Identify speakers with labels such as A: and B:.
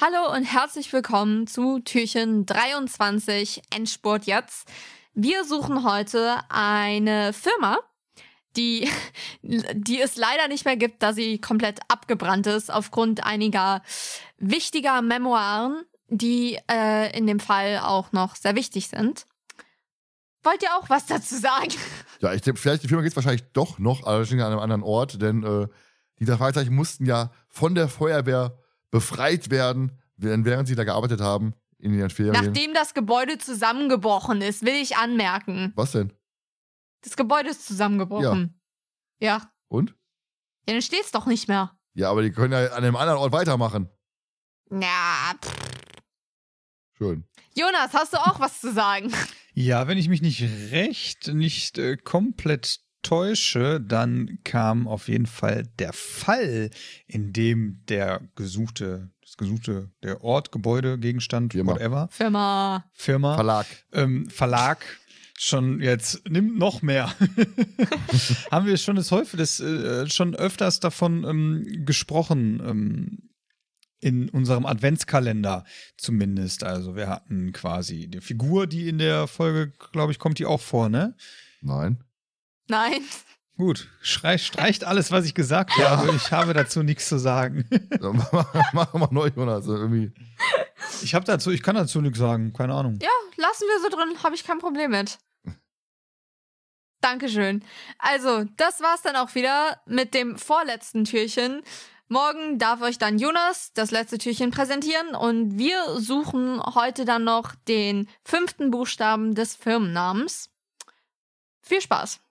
A: Hallo und herzlich willkommen zu Türchen 23 Endspurt jetzt. Wir suchen heute eine Firma, die, die es leider nicht mehr gibt, da sie komplett abgebrannt ist aufgrund einiger wichtiger Memoiren, die äh, in dem Fall auch noch sehr wichtig sind. Wollt ihr auch was dazu sagen?
B: Ja, ich denke, vielleicht die Firma geht es wahrscheinlich doch noch, allerdings an einem anderen Ort, denn äh, die drei Fragezeichen mussten ja von der Feuerwehr befreit werden, während sie da gearbeitet haben in ihren Ferien.
A: Nachdem das Gebäude zusammengebrochen ist, will ich anmerken.
B: Was denn?
A: Das Gebäude ist zusammengebrochen. Ja. Ja,
B: Und?
A: ja dann steht's doch nicht mehr.
B: Ja, aber die können ja an einem anderen Ort weitermachen.
A: Na, pff.
B: Schön.
A: Jonas, hast du auch was zu sagen?
C: Ja, wenn ich mich nicht recht, nicht äh, komplett täusche, dann kam auf jeden Fall der Fall, in dem der gesuchte, das gesuchte, der Ort, Gebäude, Gegenstand,
B: Firma.
C: whatever,
A: Firma.
C: Firma,
B: Verlag.
C: ähm, Verlag schon jetzt nimmt noch mehr. Haben wir schon des Häufig, des, äh, schon öfters davon ähm, gesprochen ähm, in unserem Adventskalender zumindest. Also wir hatten quasi die Figur, die in der Folge, glaube ich, kommt die auch vor, ne?
B: Nein.
A: Nein.
C: Gut, schrei- streicht alles, was ich gesagt habe. Ich habe dazu nichts zu sagen.
B: Dann Machen wir neu, Jonas. Also Irgendwie.
C: Ich habe dazu, ich kann dazu nichts sagen, keine Ahnung.
A: Ja, lassen wir so drin, habe ich kein Problem mit. Dankeschön. Also, das war's dann auch wieder mit dem vorletzten Türchen. Morgen darf euch dann Jonas das letzte Türchen präsentieren und wir suchen heute dann noch den fünften Buchstaben des Firmennamens. Viel Spaß!